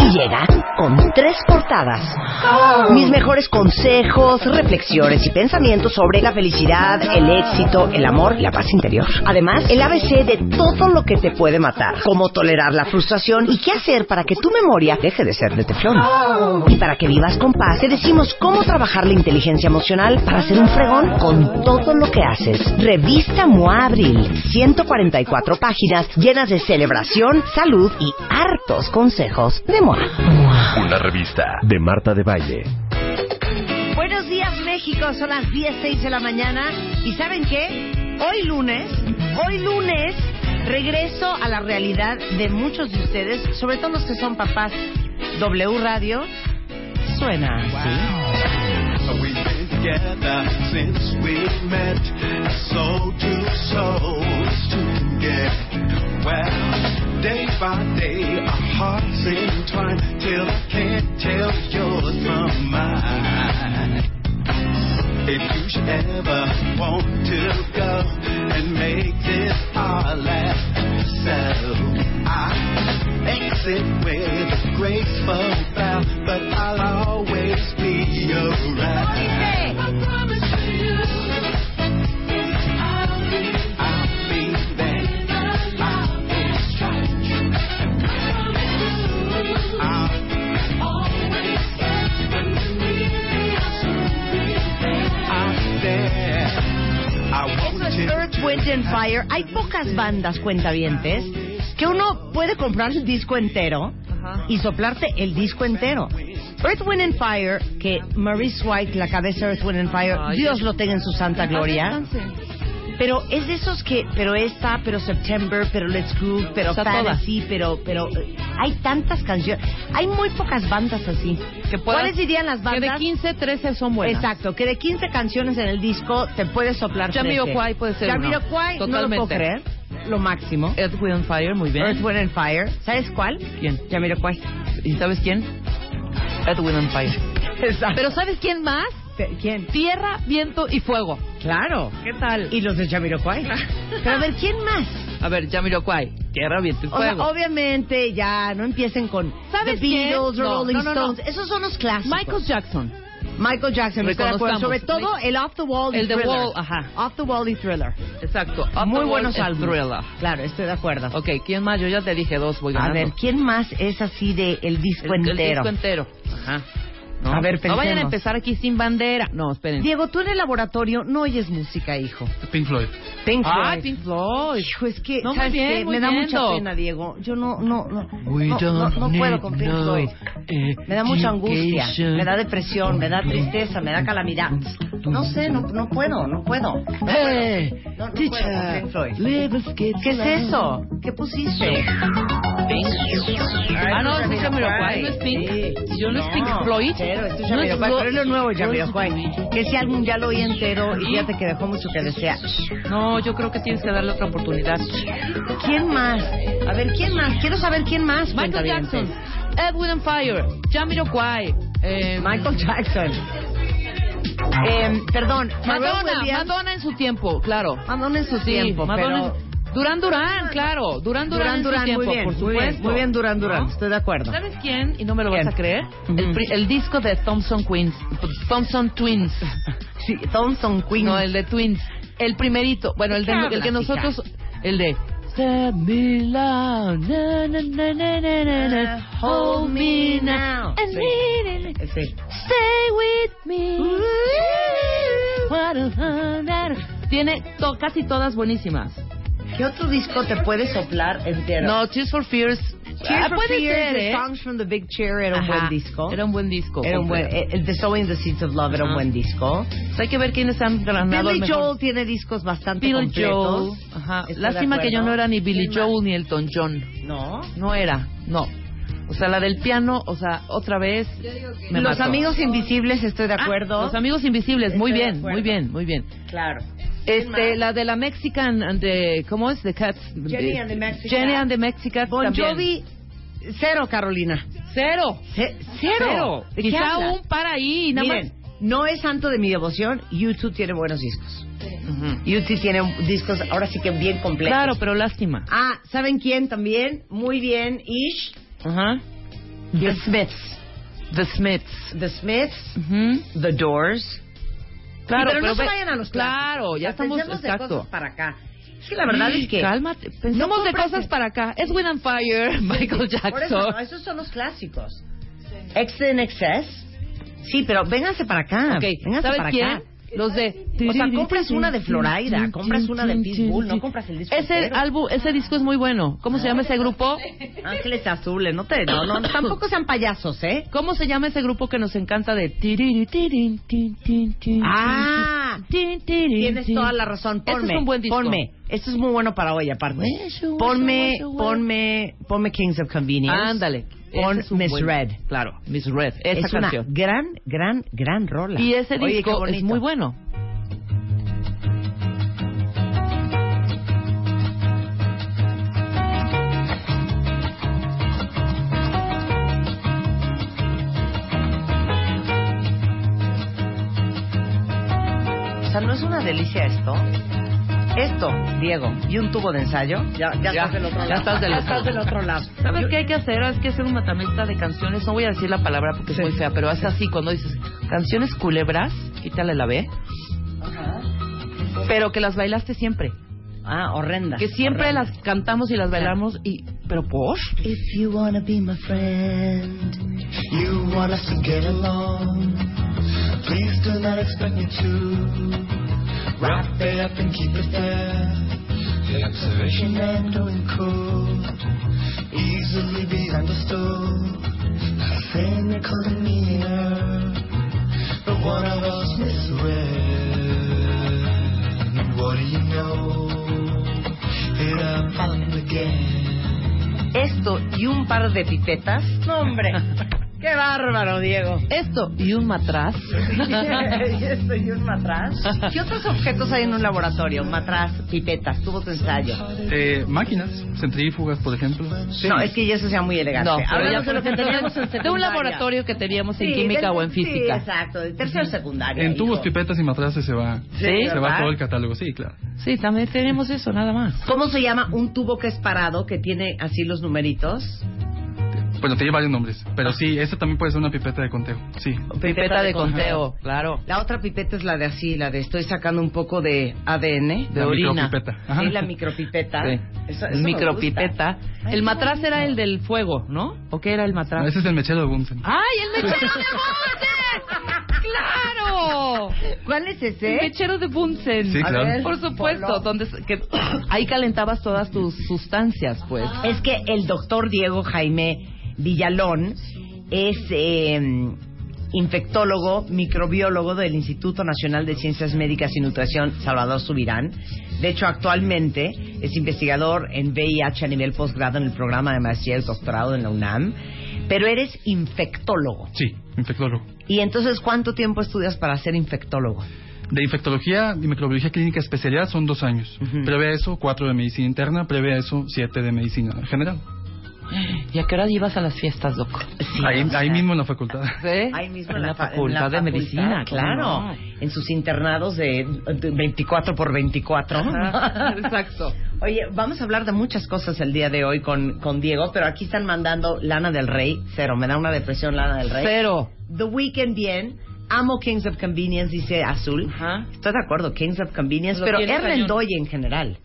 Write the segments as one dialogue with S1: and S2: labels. S1: y llega con tres portadas. Mis mejores consejos, reflexiones y pensamientos sobre la felicidad, el éxito, el amor y la paz interior. Además, el ABC de todo lo que te puede matar, cómo tolerar la frustración y qué hacer para que tu memoria deje de ser de teflón. Y para que vivas con paz, te decimos cómo trabajar la inteligencia emocional para ser un fregón con todo lo que haces. Revista Moa Abril, 144 páginas llenas de celebración, salud y hartos consejos de Moa.
S2: Una revista de Marta de Baile.
S1: Buenos días México, son las 10.06 de la mañana y ¿saben qué? Hoy lunes, hoy lunes regreso a la realidad de muchos de ustedes, sobre todo los que son papás. W Radio suena así.
S3: We've been together since we met, soul to soul to get well. Day by day, our hearts entwine till I can't tell yours from mine. If you should ever want to go and make this our last, so I exit with a graceful bow, but I'll always be around. I'll be there. I'll be there. I
S1: Eso
S3: want
S1: es
S3: you.
S1: Earth, Wind and Fire. Hay pocas bandas cuentavientes que uno puede comprar el disco entero y soplarte el disco entero. Earth, Wind and Fire, que Maurice White, la cabeza de Earth, Wind and Fire, Dios lo tenga en su santa gloria. Pero es de esos que, pero esta, pero September, pero Let's Groove, pero
S4: O sea,
S1: Fantasy, pero, pero eh, hay tantas canciones. Hay muy pocas bandas así.
S4: Que puedas-
S1: ¿Cuáles dirían las
S4: Que de
S1: bandas?
S4: 15, 13 son buenas.
S1: Exacto, que de 15 canciones en el disco te puedes soplar.
S4: Jamiroquai puede ser una.
S1: Jamiroquai, no lo
S4: Totalmente.
S1: puedo creer. Lo máximo.
S4: Earth, Wind and Fire, muy bien.
S1: Earth, Wind and Fire. ¿Sabes cuál?
S4: ¿Quién?
S1: Jamiroquai.
S4: ¿Y sabes quién? Earth, Wind and Fire.
S1: Exacto.
S4: Pero ¿sabes quién más?
S1: ¿Quién?
S4: Tierra, viento y fuego.
S1: Claro.
S4: ¿Qué tal?
S1: Y los de Jamiroquai. Pero a ver, ¿quién más?
S4: A ver, Jamiroquai. Tierra, viento y
S1: O sea,
S4: fuego.
S1: obviamente ya no empiecen con The Beatles,
S4: ¿Sabes quién? No,
S1: Rolling
S4: no, no, no.
S1: Stones. Esos son los clásicos.
S4: Michael Jackson.
S1: Michael Jackson, estoy de acuerdo.
S4: Reconozcamos.
S1: Sobre todo el Off the Wall y
S4: El The
S1: Thriller.
S4: Wall, ajá.
S1: Off the Wall y Thriller.
S4: Exacto.
S1: Muy buenos álbumes.
S4: Thriller.
S1: Claro, estoy de acuerdo.
S4: Ok, ¿quién más? Yo ya te dije dos, voy
S1: A
S4: ganando.
S1: ver, ¿quién más es así de el disco
S4: el, el
S1: entero?
S4: disco entero. Ajá. No,
S1: A ver,
S4: No vayan
S1: pensemos.
S4: a empezar aquí sin bandera. No, esperen.
S1: Diego, tú en el laboratorio no oyes música, hijo.
S3: Pink Floyd.
S1: Pink
S4: Ah, Pink Floyd.
S1: Hijo, es que,
S4: No, muy
S1: ¿sabes
S4: bien,
S1: qué?
S4: muy
S1: Me da
S4: bien,
S1: mucha
S4: Doc.
S1: pena, Diego. Yo no, no, no, no, no, no puedo con Pink Floyd.
S4: eh,
S1: Me da mucha angustia, me da depresión, me da tristeza, me da calamidad. No sé, no, no puedo, no puedo. No puedo.
S4: Eh,
S1: No, no puedo con Pink Floyd. ¿Qué es eso? ¿Qué pusiste?
S4: Ah, no, es Jamiroquai, no es Pink. Yo no es Pink Floyd.
S1: Pero esto es
S4: No es
S1: Jamiroquai,
S4: Flo-
S1: pero es lo nuevo Jamiroquai. Que si algún ya lo oí entero y fíjate que dejó mucho que desear.
S4: No, yo creo que tienes que darle otra oportunidad.
S1: ¿Quién más? A ver, ¿quién más? Quiero saber quién más.
S4: Michael
S1: cuentavientes.
S4: Jackson, Ed Wood and Fire, Jamiroquai, eh,
S1: Michael Jackson. Eh, perdón,
S4: Madonna, Madonna en su tiempo, claro.
S1: Madonna en su
S4: Sí,
S1: tiempo,
S4: Madonna.
S1: pero...
S4: Durán Durán, claro. Durán Durán, en su tiempo,
S1: muy bien,
S4: por
S1: muy
S4: supuesto.
S1: bien, muy bien Durán Durán,
S4: ¿No?
S1: estoy de acuerdo.
S4: ¿Sabes quién? Y no me lo
S1: ¿Quién?
S4: vas a creer.
S1: Ujú.
S4: el, pri- el disco de Thompson Queens. Thompson Twins.
S1: Sí, Thompson Queen.
S4: No, el de Twins. El primerito. Bueno,
S1: ¿De
S4: el,
S1: qué
S4: de, el que
S1: hablas, hija?
S4: nosotros. El de. Set me now, na, na, na, na, na, na, na,
S1: Ah.
S4: hold me now. and
S1: Sí.
S4: me, na, na,
S1: Sí.
S4: Stay with me. What a wonder. Tiene to- casi todas buenísimas.
S1: ¿Qué otro disco te puede soplar entero?
S4: No, Tears for Fears
S1: Ah,
S4: Tears for
S1: puede
S4: Fears
S1: ser,
S4: de
S1: ¿eh?
S4: Songs from the Big Chair era un
S1: Ajá.
S4: buen disco.
S1: Era un buen disco.
S4: Era un buen-
S1: The Sowing the Seeds of Love era un
S4: Ajá.
S1: buen disco.
S4: Entonces, hay que ver quiénes han ganado el
S1: Billy
S4: mejor.
S1: Joel tiene discos bastante
S4: Billy Joel.
S1: completos.
S4: Ajá.
S1: Estoy de
S4: Lástima que yo
S1: acuerdo.
S4: no era ni Billy
S1: ¿Quién más?
S4: Joel ni Elton John.
S1: No.
S4: No era, no. O sea, la del piano, o sea, otra vez. me
S1: Los
S4: mató.
S1: Amigos Invisibles, estoy de
S4: Ah,
S1: acuerdo.
S4: los amigos invisibles, muy
S1: Estoy de
S4: bien,
S1: acuerdo.
S4: muy bien, muy bien.
S1: Claro.
S4: Este, la de la Mexican, and the- ¿cómo es? The Cats.
S1: Jenny and the Mexicats.
S4: Jenny and the Mexicats
S1: Bon
S4: también.
S1: Jovi, cero, Carolina.
S4: Cero.
S1: Ce- cero.
S4: Cero.
S1: ¿De qué
S4: Quizá
S1: hablas?
S4: un par ahí, nada
S1: Miren, no es santo de mi devoción. YouTube tiene buenos discos.
S4: más. Ujú.
S1: YouTube tiene discos ahora sí que bien completos.
S4: Claro, pero lástima.
S1: Ah, ¿saben quién también? Muy bien, Ish.
S4: Ajá.
S1: The Smiths.
S4: The Smiths.
S1: The Smiths,
S4: Ujú.
S1: The Doors.
S4: Claro,
S1: Sí, pero, no se
S4: ve-
S1: vayan a los
S4: Claro,
S1: clásicos.
S4: ya estamos.
S1: Pensemos de
S4: Exacto.
S1: cosas para acá. Es que la verdad es que.
S4: Cálmate. Pensamos de
S1: compras-
S4: cosas para acá. Es Win and Fire, Michael Jackson.
S1: Por eso, no, esos son los clásicos. Ex in Excess. Sí, pero vénganse para acá.
S4: Ok,
S1: vénganse
S4: ¿saben
S1: para
S4: quién?
S1: acá.
S4: Los de.
S1: O sea, compras una de Floraida, compras una de Pitbull, no compras el disco
S4: Ese
S1: entero.
S4: álbum, ese disco es muy bueno. ¿Cómo se llama ese grupo?
S1: Ángeles Azules, no te. No, no, tampoco sean payasos, ¿eh?
S4: ¿Cómo se llama ese grupo que nos encanta de tiriri, tirin, tin, tin, tin,
S1: Ah,
S4: tin, tirin,
S1: Tienes
S4: tin?
S1: toda la razón.
S4: Este
S1: Ponme.
S4: es un buen disco.
S1: Ponme. Esto es muy bueno para hoy, aparte.
S4: Eso,
S1: Ponme,
S4: eso, eso, eso.
S1: ponme, ponme Kings of Convenience.
S4: Ándale.
S1: Pon
S4: Ese es un
S1: Miss
S4: buen-
S1: Red.
S4: Claro, Miss Red. Esa
S1: es
S4: canción.
S1: una gran, gran, gran rola.
S4: Y ese
S1: Oye, qué
S4: disco es
S1: bonito.
S4: muy bueno.
S1: O sea, ¿no es una delicia esto? Esto, Diego, y un tubo de ensayo. Ya, ya,
S4: Ya,
S1: estás del otro
S4: ya
S1: lado.
S4: estás del otro lado.
S1: lado.
S4: ¿Sabes qué hay que hacer? Hay que hacer una tamesta de canciones. No voy a decir la palabra porque
S1: Sí.
S4: es muy fea, pero hace así cuando dices canciones culebras, quítale la B, pero que las bailaste siempre.
S1: Ah, horrenda.
S4: Que siempre
S1: horrenda.
S4: las cantamos y las bailamos y... ¿Pero por?
S5: If you wanna be my friend, you want us to get along. Please do not expect me to wrap it up and keep it there. The observation I'm doing could easily be understood. A cynical demeanor, but one of us misread. And What do you know? It happened again.
S1: Esto y un par de pipetas. No, hombre. qué bárbaro, Diego.
S4: Esto y un matraz.
S1: Esto y un matraz. ¿Qué otros objetos hay en un laboratorio? Matraz, pipetas, tubos de ensayo.
S6: Eh, máquinas, centrífugas, por ejemplo.
S1: No, es que ya eso sea muy elegante.
S4: No, pero
S1: Hablamos
S4: ya-
S1: de lo que teníamos en
S4: De un
S1: secundaria.
S4: laboratorio que teníamos en
S1: Sí,
S4: química
S1: del-
S4: o en
S1: Sí,
S4: física.
S1: exacto, de tercero secundario.
S6: En tubos,
S1: hijo.
S6: pipetas y matraces se va,
S1: Sí,
S6: se
S1: ¿verdad?
S6: va todo el catálogo, sí, claro.
S4: Sí, también tenemos eso, nada más.
S1: ¿Cómo se llama un tubo que es parado, que tiene así los numeritos?
S6: Bueno, tiene varios nombres, pero sí, esta también puede ser una pipeta de conteo, sí.
S4: Pipeta de conteo, claro.
S1: La otra pipeta es la de así, la de estoy sacando un poco de ADN.
S4: De
S6: la
S4: orina.
S6: micropipeta. Ajá.
S1: Sí, la micropipeta.
S4: Sí.
S1: Eso- eso me
S4: Micropipeta.
S1: Ay,
S4: El
S1: qué
S4: matraz
S1: bonito.
S4: era el del fuego, ¿no? ¿O qué era el
S1: Ah.
S4: matraz?
S6: No, ese es el mechero de Bunsen.
S4: ¡Ay, el mechero de Bunsen! ¡Claro!
S1: gusta. ¿Cuál es
S4: El
S1: ese?
S4: mechero de Bunsen.
S6: Sí,
S4: A
S6: claro.
S4: ver, Por supuesto,
S1: Polo.
S4: donde s- que ahí calentabas todas tus sustancias, pues.
S1: Es que el doctor Diego Jaime Villalón es eh, infectólogo, microbiólogo del Instituto Nacional de Ciencias Médicas y Nutrición Salvador Subirán. De hecho, actualmente es investigador en VIH a nivel posgrado en el programa de maestría y doctorado en la UNAM. Pero eres infectólogo.
S6: Sí, infectólogo.
S1: ¿Y entonces cuánto tiempo estudias para ser infectólogo?
S6: De infectología y microbiología clínica especialidad son dos años.
S1: Ujú.
S6: Previa a eso, cuatro de medicina interna, previa a eso, siete de medicina general.
S4: ¿Y a qué hora ibas a las fiestas, loco?
S6: ahí,
S1: o sea,
S6: ahí mismo en la facultad.
S4: ¿Sí?
S1: Ahí mismo
S4: en la,
S1: fa-
S4: facultad
S1: en la
S4: de medicina, ¿cómo
S1: claro,
S4: no?
S1: en sus internados de, de 24 por 24.
S4: Ajá, Exacto.
S1: Oye, vamos a hablar de muchas cosas el día de hoy con, con Diego, pero aquí están mandando Lana del Rey, cero, me da una depresión Lana del Rey.
S4: Cero.
S1: The Weeknd bien, amo Kings of Convenience, dice Azul.
S4: Ajá.
S1: Estoy de acuerdo, Kings of Convenience,
S4: Lo
S1: pero
S4: tiene
S1: Erlen
S4: cañón.
S1: Doye en general,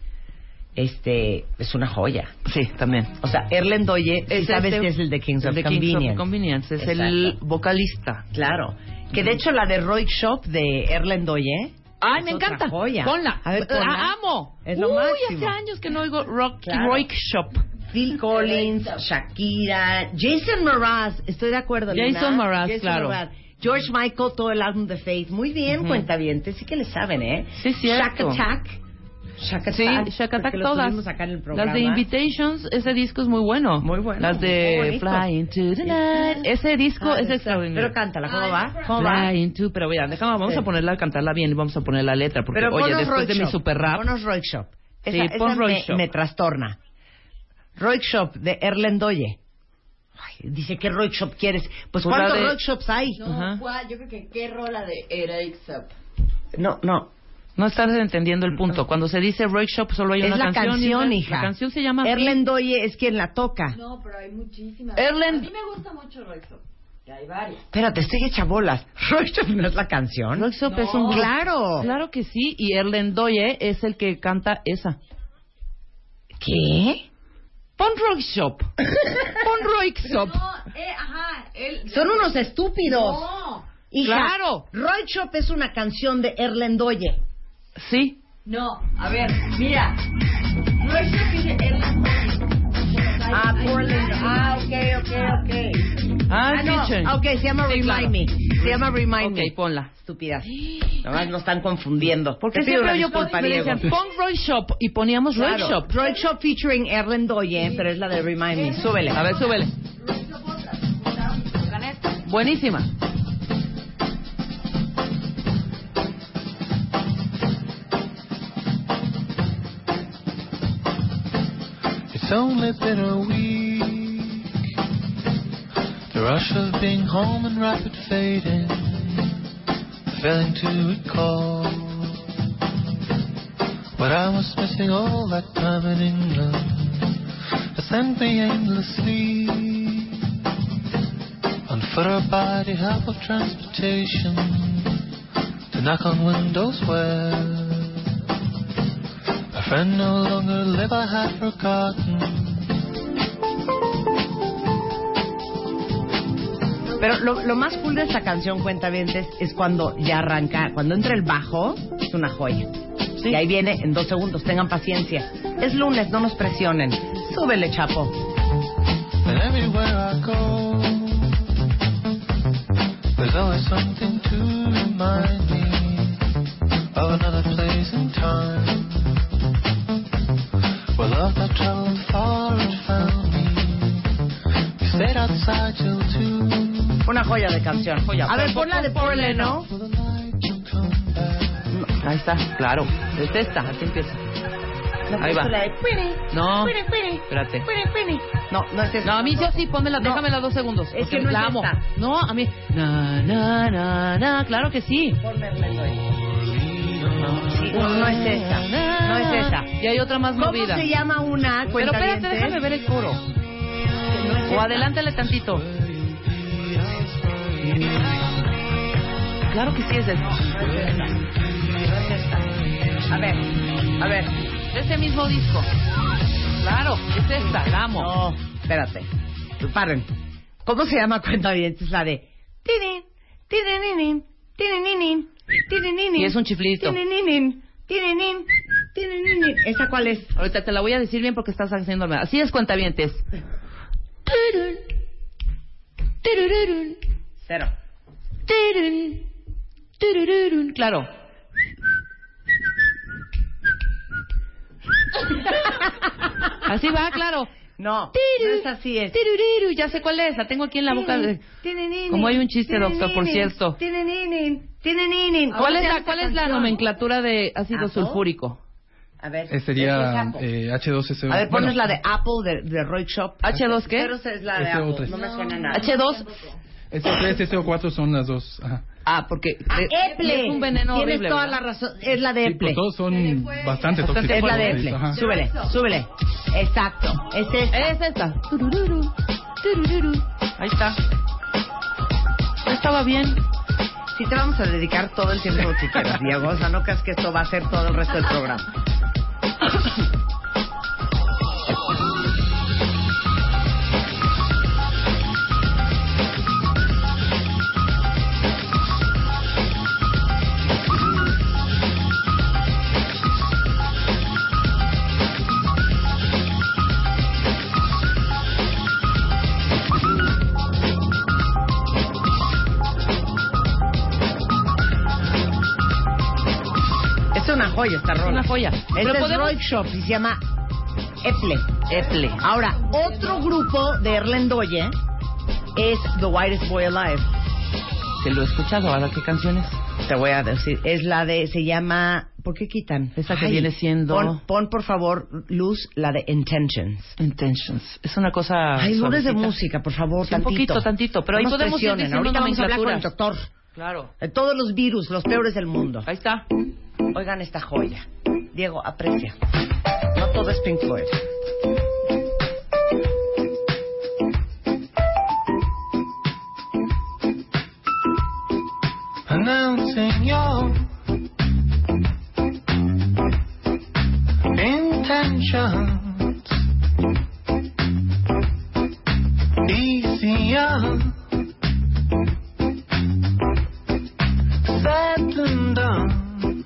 S1: este, es una joya.
S4: Sí, también.
S1: O sea, Erlen Doye, sí
S4: Ese-
S1: sabes
S4: ese-
S1: que es este el de Kings of
S4: el de
S1: Convenience.
S4: Kings of Convenience, es el
S1: Exacto.
S4: vocalista.
S1: Claro. Que de hecho la de Roy Shop de Erlen Doye.
S4: Ay,
S1: Es
S4: me
S1: otra
S4: encanta.
S1: joya.
S4: Ponla.
S1: A ver,
S4: Eh,
S1: ponla.
S4: amo.
S1: Es lo
S4: Uy,
S1: máximo.
S4: hace años que no oigo Rock
S1: Claro.
S4: Roy Shop.
S1: Phil Collins, Shakira, Jason Mraz, estoy de acuerdo. Lina.
S4: Jason Mraz, claro.
S1: George Michael, todo el álbum de Faith. Muy bien,
S4: Ujú.
S1: cuentavientes, sí que le saben, ¿eh?
S4: Sí, cierto.
S1: Shack Attack. Shack
S4: Sí,
S1: Attack.
S4: Shack
S1: porque
S4: Attack
S1: lo
S4: todas.
S1: tuvimos acá en el programa.
S4: Las de Invitations, ese disco es muy bueno.
S1: Muy bueno,
S4: Las
S1: muy
S4: de
S1: bonito.
S4: Flying to the Night. Ese disco
S1: Ah,
S4: es
S1: está.
S4: extraordinario.
S1: Pero cántala, ¿cómo va? ¿Cómo va?
S4: Flying to, pero mira, déjame, vamos
S1: Sí.
S4: a ponerla a cantarla bien y vamos a poner la letra. Porque,
S1: Pero
S4: oye,
S1: ponos Roy
S4: después de mi
S1: Shop,
S4: super rap.
S1: Ponos Roy Shop. Esa,
S4: Sí, pon
S1: esa
S4: Roy
S1: me,
S4: Shop.
S1: me trastorna. Roy Shop de Erlen Doye. Ay, dice, ¿qué Roy Shop quieres? Pues,
S4: Pues la
S1: ¿cuántos
S4: de-
S1: Roy Shops hay?
S4: Ajá.
S7: yo creo que qué rola de Eric Sap.
S1: No, no.
S4: No estás entendiendo el punto. Cuando se dice Rock Shop solo hay
S1: Es
S4: una
S1: la canción,
S4: y una-
S1: hija.
S4: La canción se llama
S1: Erlen Doye es quien la toca.
S7: No, pero hay muchísimas.
S4: Erlen-
S7: A mí me gusta mucho Roy Shop. Y hay varias.
S1: Espérate, estoy hecha bolas. Roy Shop no es la canción.
S4: Rock Shop es un
S7: No.
S1: Claro.
S4: Claro que sí, y Erlen Doye es el que canta esa.
S1: ¿Qué?
S4: Pon Rock Shop. Pon Rock Shop.
S7: No, eh, ajá. él-
S1: Son unos estúpidos.
S7: No,
S1: Hija,
S4: Claro.
S1: Roy Shop es una canción de Erlen Doye.
S4: Sí.
S7: no. A ver, mira. Roy Shop dice Erlen.
S1: Ah, Portland. Ah, ok, ok, ok.
S4: Ah,
S1: Ah, no.
S4: Kitchen.
S1: Ah, Ok, se llama
S4: Sí,
S1: Remind
S4: claro.
S1: Me. Se llama Remind
S4: Ok,
S1: Me.
S4: ponla.
S1: Estúpidas. Nomás nos están confundiendo.
S4: Porque
S1: Te pido
S4: siempre
S1: una
S4: yo pon,
S1: disculpa,
S4: me
S1: Diego.
S4: decían, pon Roy Shop y poníamos Roy
S1: Claro.
S4: Shop.
S1: Roy Shop featuring Erlen Doye, pero es la de Remind Me. Súbele.
S4: A ver, súbele. Buenísima.
S3: It's only been a week. The rush of being home and rapid fading, failing to recall what I was missing all that time in England. Has sent me endlessly on foot or by the help of transportation to knock on windows where. A friend no longer live, I had forgotten.
S1: Pero lo, lo más cool de esta canción, cuenta es, es cuando ya arranca, cuando entra el bajo, es una joya. Y ahí viene en dos segundos, tengan paciencia. Es lunes, no nos presionen. Súbele, chapo.
S3: And everywhere I go, there's always something to remind me of another place and time. Where love that traveled far and found me. We stayed outside till two.
S1: Una joya de canción.
S4: Joya.
S1: A ver,
S4: Pon-
S1: ponla de
S4: pon-
S1: Portland, ¿no?
S3: For the light you come back.
S4: Ahí está, claro. Es esta, así empieza. Ahí va. No, espérate.
S1: No, no es esa.
S4: No, a mí yo sí, pónmela,
S1: No.
S4: déjamela dos segundos.
S1: Es que
S4: porque
S1: no es
S4: la amo.
S1: esta.
S4: No, a mí. Na, na, na, na, claro que sí.
S1: Ponme Erlen Doye. Sí, no, no es esa. No es esa.
S4: Y hay otra más
S1: ¿Cómo
S4: movida.
S1: se llama una
S4: Pero
S1: cuentavientes?
S4: espérate, déjame ver el coro.
S1: No es
S4: O
S1: esa.
S4: adelántale tantito. Claro que sí es esta.
S1: A ver, a ver.
S4: De ese mismo disco. Claro, es esta, la amo.
S1: No, espérate. Paren. ¿Cómo se llama cuentavientes? La de... Tirin, tirininin, tirininin, tirininin.
S4: Y es un chiflito.
S1: Tirininin, tirininin, tirininin. ¿Esa cuál es?
S4: Ahorita te la voy a decir bien porque estás haciéndome. Así es, cuentavientes. Turun, turururun,
S1: Cero.
S4: turun, turururun. Claro. Así va, claro.
S1: No, no
S4: Tiru,
S1: es así es.
S4: turururu, ya sé cuál es, la tengo aquí en la boca. de-
S1: Tirininin,
S4: Como hay un chiste, doctor, por
S1: tirininin,
S4: cierto.
S1: Tirininin, tirininin.
S4: ¿Cuál
S1: ¿Cómo se
S4: es la,
S1: llama
S4: cuál
S1: esa
S4: es la
S1: canción?
S4: nomenclatura de ácido
S1: ¿Ajo?
S4: sulfúrico?
S1: A ver.
S6: Eh,
S1: ese
S6: sería
S1: sapo.
S6: eh, H2SO.
S1: A ver,
S6: Bueno,
S1: pones la de Apple de, de Roy Shop.
S4: ¿H2 qué?
S1: Pero esa es la de
S6: Ese
S1: Apple.
S6: otro.
S1: No me suena nada.
S4: H2.
S6: SO3, SO4 son las dos. Ajá.
S4: Ah, porque
S1: Ah,
S4: eh,
S1: Eple.
S4: es un veneno
S1: Tienes
S4: horrible,
S1: toda
S4: ¿verdad?
S1: la razón. Es la de
S6: Sí, pero
S1: Eple.
S6: todos son bastante tóxicos.
S4: fuerte.
S1: Es la de
S6: Sí,
S1: Eple.
S6: ajá.
S1: Súbele, súbele. Exacto. Es esa.
S4: Es esta. Turururu, turururu. Ahí está. No estaba bien.
S1: Sí te vamos a dedicar todo el tiempo que quieras, Diego. O sea, no creas que esto va a ser todo el resto del programa.
S4: joya esta rola.
S8: una joya.
S1: Este
S8: Pero
S1: es
S8: podemos-
S1: Roy Shop y se llama Eple.
S4: Eple.
S1: Ahora, otro grupo de Erlendoye es The Whitest Boy Alive.
S4: Te lo he escuchado, ahora qué canciones.
S1: Te voy a decir, es la de, se llama, ¿por qué quitan?
S4: Esa que viene siendo-
S1: Pon, pon, por favor, Luz, la de Intentions.
S4: Intentions. Es una cosa.
S1: Ay, lunes de
S4: suavecita.
S1: música, por favor,
S4: Sí, un
S1: tantito.
S4: poquito, tantito, pero ahí
S1: No nos
S4: podemos ir
S1: presionen,
S4: diciendo
S1: Ahorita vamos a hablar con el
S4: nomenclatura.
S1: doctor.
S4: Claro.
S1: De todos los virus, los peores del mundo.
S4: Ahí está.
S1: Oigan esta joya. Diego, aprecia. No todo es Pink Floyd.
S3: announcing your intentions. Easier said than done.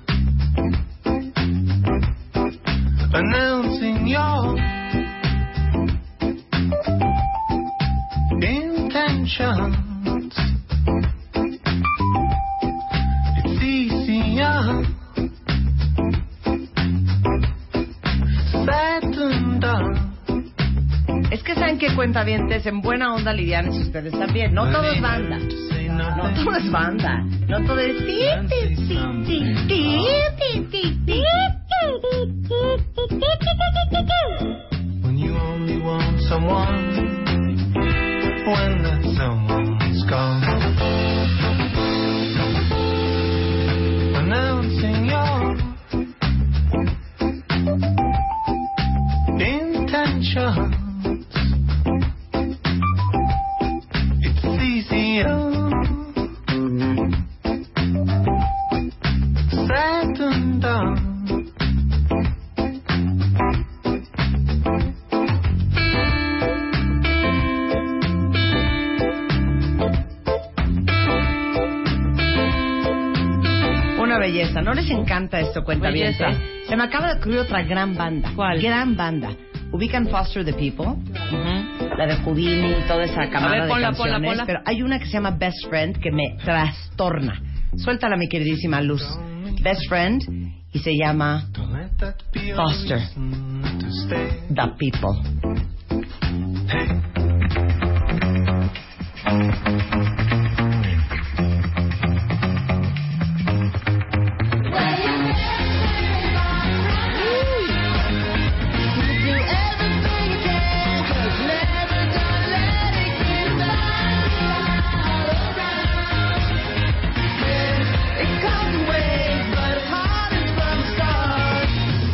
S3: Announcing your intentions. It's easier said than done.
S1: Es que saben que cuentavientes en buena onda lidianes ustedes también. No todo es banda. No todo es banda. No todo es ti, ti, ti, ti, ti, ti, ti, ti.
S3: When you only want someone when that someone's gone. Announcing your intentions. It's easier said than done.
S1: Una belleza. ¿No les encanta esto, cuentavientes?
S4: Belleza.
S1: Se me acaba de ocurrir otra gran banda.
S4: ¿Cuál?
S1: Gran banda. Ubican Foster the People,
S4: Ujú.
S1: la de Houdini, toda esa camada
S4: ver, ponla,
S1: de
S4: ponla,
S1: canciones.
S4: ponla.
S1: Pero hay una que se llama Best Friend que me trastorna. Suéltala, mi queridísima Luz. Best Friend y se llama
S3: Don't let that be a
S1: Foster.
S3: reason to stay.
S1: The People.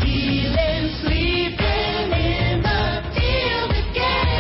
S5: Feeling sleeping in the deep.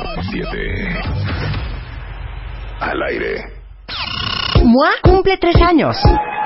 S8: WMD2017. Al aire.
S1: Mua cumple tres años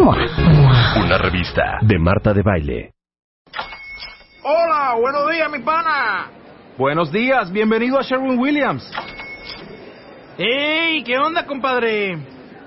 S1: Moa.
S2: Una revista de Marta de Baile.
S9: Hola, buenos días, mi pana.
S10: Buenos días, bienvenido a Sherwin Williams.
S9: ¡Ey! ¿Qué onda, compadre?